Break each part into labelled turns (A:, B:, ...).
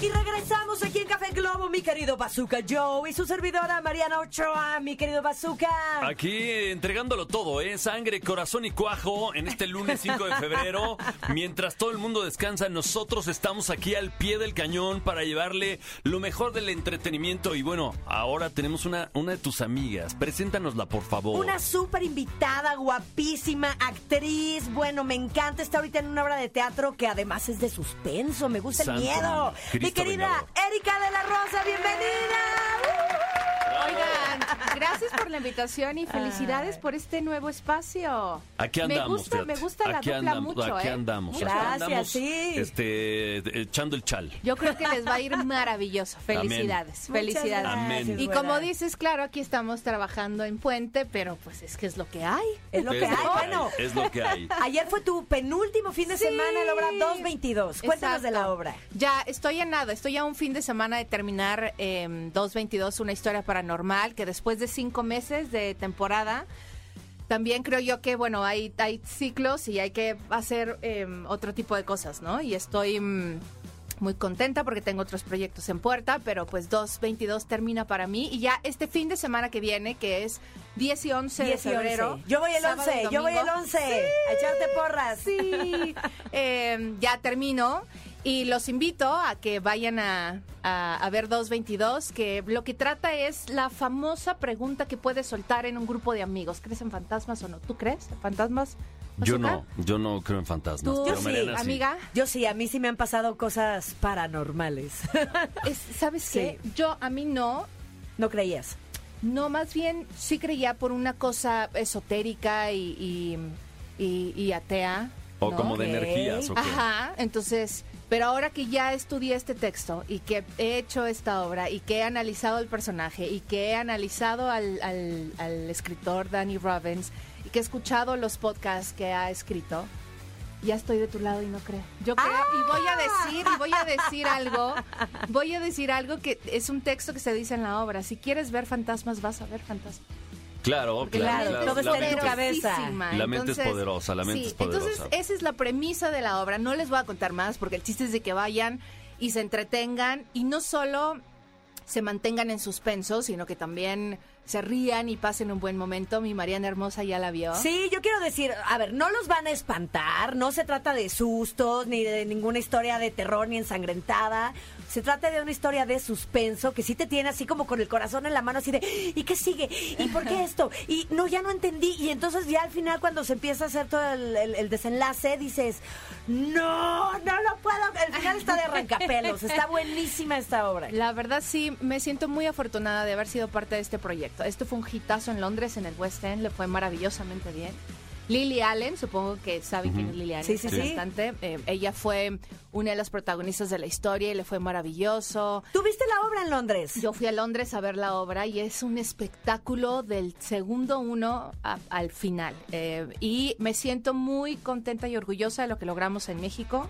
A: Y regresamos aquí en Café Globo, mi querido Bazooka Joe y su servidora Mariana Ochoa, mi querido Bazooka.
B: Aquí eh, entregándolo todo, ¿eh? Sangre, corazón y cuajo en este lunes 5 de febrero. Mientras todo el mundo descansa, nosotros estamos aquí al pie del cañón para llevarle lo mejor del entretenimiento. Y bueno, ahora tenemos una, una de tus amigas. Preséntanosla, por favor.
A: Una súper invitada, guapísima, actriz. Bueno, me encanta. Está ahorita en una obra de teatro que además es de suspenso. Me gusta
B: Santo
A: el miedo. mi
B: Cristo
A: querida
B: vengador.
A: Erika de la Rosa, bienvenida.
C: Oigan, gracias por la invitación y felicidades por este nuevo espacio.
B: Aquí andamos.
C: Me gusta,
B: fíjate.
C: me gusta la
B: aquí
C: dupla
B: andamos,
C: mucho,
B: Aquí
C: ¿eh?
B: andamos.
C: Mucho.
B: aquí
A: Gracias,
B: andamos,
A: sí.
B: Este, echando el chal.
C: Yo creo que les va a ir maravilloso.
B: Amén.
C: Felicidades,
A: Muchas
C: felicidades.
A: gracias,
B: Amén.
C: Y
A: güera.
C: como dices, claro, aquí estamos trabajando en puente, pero pues es que es lo que hay.
A: es lo que
B: Es
A: hay. Bueno,
B: Es lo que hay.
A: ayer fue tu penúltimo fin de
C: Sí.
A: semana en la obra 222. Cuéntanos
C: Exacto.
A: de la obra.
C: Ya estoy en nada, estoy a un fin de semana de terminar eh, 222, una historia paranormal, que después de cinco meses de temporada, también creo yo que, bueno, hay, hay ciclos y hay que hacer eh, otro tipo de cosas, ¿no? Y estoy mm, muy contenta porque tengo otros proyectos en puerta, pero pues 222 termina para mí y ya este fin de semana que viene, que es 10 y 11 de
A: 10 y
C: febrero.
A: 11. Yo voy el
C: sábado y
A: 11, yo voy el
C: domingo.
A: 11. A echarte porras.
C: Sí, Eh, ya termino. Y los invito a que vayan a, a, a ver 222, que lo que trata es la famosa pregunta que puedes soltar en un grupo de amigos. ¿Crees en fantasmas o no? ¿Tú crees en fantasmas?
B: Yo
C: Bazooka?
B: no, yo no creo en fantasmas.
C: ¿Tú,
B: pero
A: sí,
B: Mariana sí.
C: amiga?
A: Yo sí, a mí sí me han pasado cosas paranormales.
C: Es- ¿Sabes qué? Yo a mí no.
A: ¿No creías?
C: No, más bien sí creía por una cosa esotérica y, y, y- y atea.
B: O
C: ¿no?
B: como
A: Ok.
B: de energías, ¿o qué?
C: Ajá, entonces, pero ahora que ya estudié este texto y que he hecho esta obra y que he analizado el personaje y que he analizado al, al- al escritor Danny Robbins y que he escuchado los podcasts que ha escrito, ya estoy de tu lado y no creo. Yo creo y voy a decir, y voy a decir algo, voy a decir algo que es un texto que se dice en la obra. Si quieres ver fantasmas, vas a ver fantasmas.
B: Claro,
C: Porque la
B: claro,
C: mente
B: claro.
A: todo está en
B: la
A: tu
B: mente-
A: cabeza.
C: poderosísima.
B: La mente es
C: Entonces,
B: poderosa, la mente
C: sí,
B: es poderosa.
C: Entonces, esa es la premisa de la obra. No les voy a contar más porque el chiste es de que vayan y se entretengan y no solo se mantengan en suspenso, sino que también se rían y pasen un buen momento. Mi Mariana Hermosa ya la vio.
A: Sí, yo quiero decir, a ver, no los van a espantar, no se trata de sustos, ni de ninguna historia de terror, ni ensangrentada. Se trata de una historia de suspenso que sí te tiene así como con el corazón en la mano, así de, ¿y qué sigue? ¿Y por qué esto? Y no, ya no entendí. Y entonces ya al final cuando se empieza a hacer todo el, el- el desenlace, dices, no, no lo puedo. El final está de arrancapelos, está buenísima esta obra.
C: La verdad sí, me siento muy afortunada de haber sido parte de este proyecto. Esto fue un hitazo en Londres, en el West End, le fue maravillosamente bien. Lily Allen, supongo que saben quién es Lily Allen,
A: Sí, sí,
C: es
A: sí.
C: cantante. Eh, ella fue una de las protagonistas de la historia y le fue maravilloso.
A: ¿Tú viste la obra en Londres?
C: Yo fui a Londres a ver la obra y es un espectáculo del segundo uno a- al final. Eh, y me siento muy contenta y orgullosa de lo que logramos en México.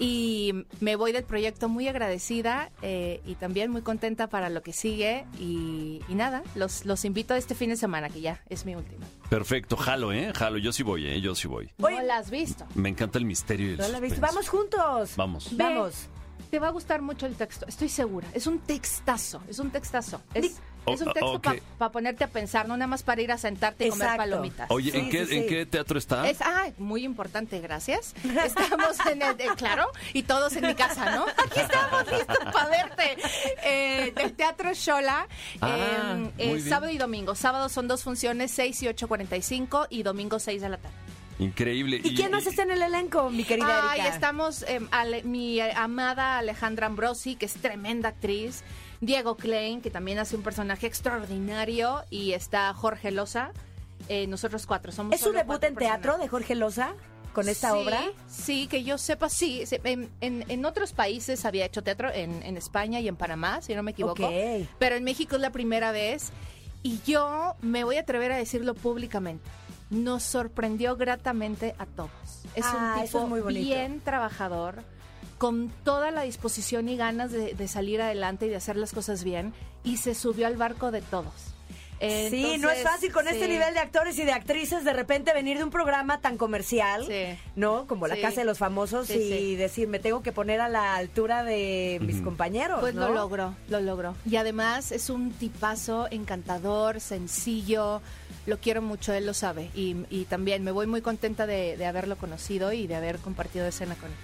C: Y me voy del proyecto muy agradecida eh, y también muy contenta para lo que sigue. Y, y nada, los, los invito a este fin de semana, que ya es mi último.
B: Perfecto, jalo, ¿eh? Jalo, yo sí voy, ¿eh? Yo sí voy.
A: Oye,
C: no la has visto.
B: Me encanta el misterio y el
A: No la he visto.
B: suspenso.
A: Vamos juntos.
B: Vamos.
C: Ve.
A: Vamos.
C: Te va a gustar mucho el texto, estoy segura. Es un textazo, es un textazo. Es,
B: Ni-
C: es un
B: O-
C: texto
B: ok.
C: para ponerte a pensar, no nada más para ir a sentarte y comer
A: Exacto.
C: palomitas.
B: Oye, ¿en,
A: Sí,
B: qué,
A: sí, sí.
B: ¿en qué teatro está?
C: Es, ah, muy importante, gracias. Estamos en el, eh, claro, y todos en mi casa, ¿no? Aquí estamos listos para verte. Eh, del Teatro Shola,
B: Ah,
C: eh,
B: muy
C: eh,
B: bien.
C: sábado y domingo. Sábado son dos funciones, 6 y 8.45 y domingo 6 de la tarde.
B: Increíble.
A: ¿Y quién más está en el elenco, mi querida
C: Ahí
A: Erika?
C: estamos eh, Ale- mi eh, amada Alejandra Ambrosi, que es tremenda actriz. Diego Klein, que también hace un personaje extraordinario. Y está Jorge Loza. Eh, nosotros cuatro somos.
A: ¿Es su
C: solo
A: debut
C: cuatro
A: en teatro
C: personajes.
A: de Jorge Loza con esta
C: Sí,
A: obra?
C: Sí, que yo sepa, sí. se- En, en- en otros países había hecho teatro, en, en España y en Panamá, si no me equivoco.
A: Ok.
C: Pero en México es la primera vez. Y yo me voy a atrever a decirlo públicamente. Nos sorprendió gratamente a todos. Es
A: Ah,
C: un
A: eso
C: tipo
A: es muy bonito.
C: bien trabajador, con toda la disposición y ganas de, de salir adelante y de hacer las cosas bien. Y se subió al barco de todos. Eh,
A: sí, no es
C: entonces,
A: fácil con este
C: sí.
A: nivel de actores y de actrices de repente venir de un programa tan comercial,
C: Sí.
A: ¿no? Como la
C: Sí.
A: Casa de los Famosos
C: Sí,
A: y
C: sí.
A: decir, me tengo que poner a la altura de mis
B: Ujú.
A: compañeros.
C: Pues
A: ¿no?
C: lo logró, lo logró. Y además es un tipazo encantador, sencillo. Lo quiero mucho, él lo sabe. Y, y también me voy muy contenta de, de haberlo conocido y de haber compartido escena con él.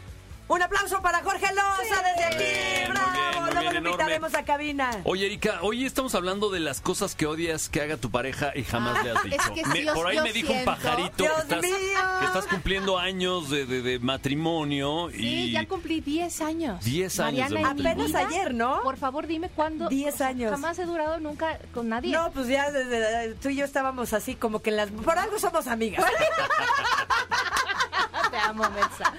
A: Un aplauso para Jorge Loza desde aquí.
B: Muy bien,
A: ¡Bravo!
B: muy
A: Luego
B: bien,
A: lo
B: enorme.
A: invitaremos a cabina.
B: Oye, Erika, hoy estamos hablando de las cosas que odias que haga tu pareja y jamás
C: Ah,
B: le has
C: es
B: dicho.
C: que
B: Me-
C: sí, yo-
B: por ahí
C: yo
B: me dijo un
C: siento-
B: pajarito
A: Dios
B: que estás,
A: mío.
B: que estás cumpliendo años de, de- de matrimonio
C: Sí,
B: y
C: ya cumplí 10 años.
B: 10 años de
C: en mi
A: matrimonio. Apenas
C: vida,
A: ayer, ¿no?
C: Por favor, dime cuándo.
A: 10 años.
C: Jamás he durado nunca con nadie.
A: No, pues ya desde- tú y yo estábamos así como que en las... Por algo somos amigas.
C: Ah, Te amo, Metza.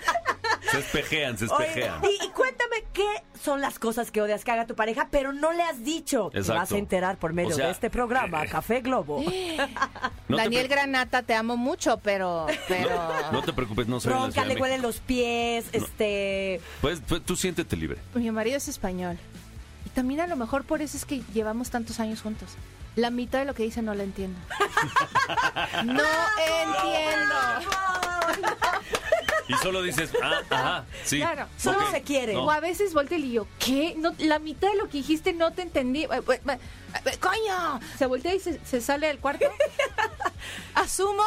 B: se espejean, se
A: Oye,
B: espejean.
A: y, y cuéntame qué son las cosas que odias que haga tu pareja, pero no le has dicho. Te
B: Exacto.
A: vas a enterar por medio
B: O sea, eh,
A: de este programa, Café Globo.
B: No te
C: Daniel
B: pre-
C: Granata, te amo mucho, pero. pero...
B: No te preocupes, no soy de la
A: Bronca,
B: Ciudad de
A: le
B: México.
A: huelen los pies, este...
B: Pues, pues, tú siéntete libre.
C: Mi marido es español. Y también a lo mejor por eso es que llevamos tantos años juntos. La mitad de lo que dice no la entiendo. no entiendo.
B: Y solo dices, ah, ajá, sí.
C: Claro.
A: Solo
B: ok,
A: se quiere.
B: no.
C: O a veces volteo y le digo, ¿qué? No, la mitad de lo que dijiste no te entendí. Eh, eh, eh, eh, ¡Coño! Se voltea y se, se sale del cuarto. Asumo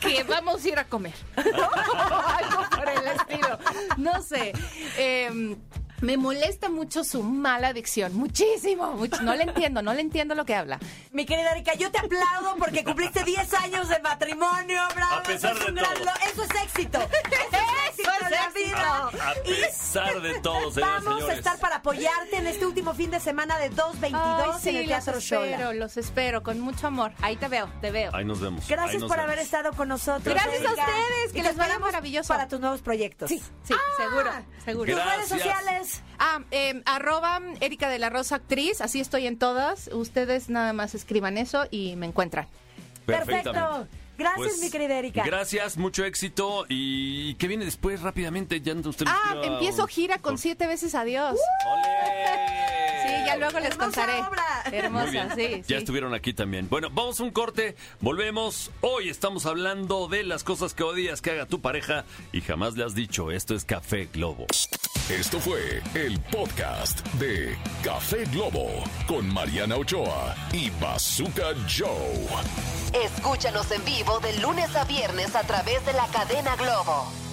C: que vamos a ir a comer. Algo por el estilo. No sé. Eh, me molesta mucho su mala adicción. Muchísimo. much- no le entiendo, no le entiendo lo que habla.
A: Mi querida Erika, yo te aplaudo porque cumpliste 10 años de matrimonio, bravo.
B: A pesar
A: eso es un
B: de
A: gran
B: todo.
A: lo- Eso es éxito. Eso es éxito,
C: es
A: en la
C: éxito.
A: vida.
B: A
A: Y
B: pesar de todo, señoras y
A: Vamos a
B: señores.
A: estar para apoyarte en este último fin de semana de 2.22
C: Ay, sí,
A: en el Teatro
C: los espero,
A: Shola.
C: los espero, con mucho amor. Ahí te veo, te veo.
B: Ahí nos vemos. ahí
A: Gracias
B: nos
A: por haber
B: vemos.
A: estado con nosotros.
C: Gracias a
A: Erika.
C: ustedes, que
A: Y te
C: les vaya
A: esperamos
C: maravilloso.
A: Para tus nuevos proyectos.
C: Sí, sí, seguro,
A: Ah,
C: seguro.
A: Tus redes
B: Gracias.
A: sociales.
C: Ah, eh, arroba Erika de la Rosa Actriz, así estoy en todas. Ustedes nada más escriban eso y me encuentran.
A: Perfecto.
B: Perfectamente.
A: Gracias,
B: Pues,
A: mi querida Erika.
B: Gracias, mucho éxito. ¿Y qué viene después rápidamente? Ya no- usted nos
C: Ah,
B: dio a-
C: empiezo gira con siete veces adiós.
B: Uh. ¡Ole!
C: Sí, ya luego les
A: Hermosa
C: contaré.
A: obra.
B: Muy
C: Hermosa,
B: bien.
C: sí.
B: Ya
C: sí.
B: estuvieron aquí también. Bueno, vamos a un corte, volvemos. Hoy estamos hablando de las cosas que odias que haga tu pareja y jamás le has dicho. Esto es Café Globo.
D: Esto fue el podcast de Café Globo con Mariana Ochoa y Bazooka Joe.
E: Escúchanos en vivo de lunes a viernes a través de la cadena Globo.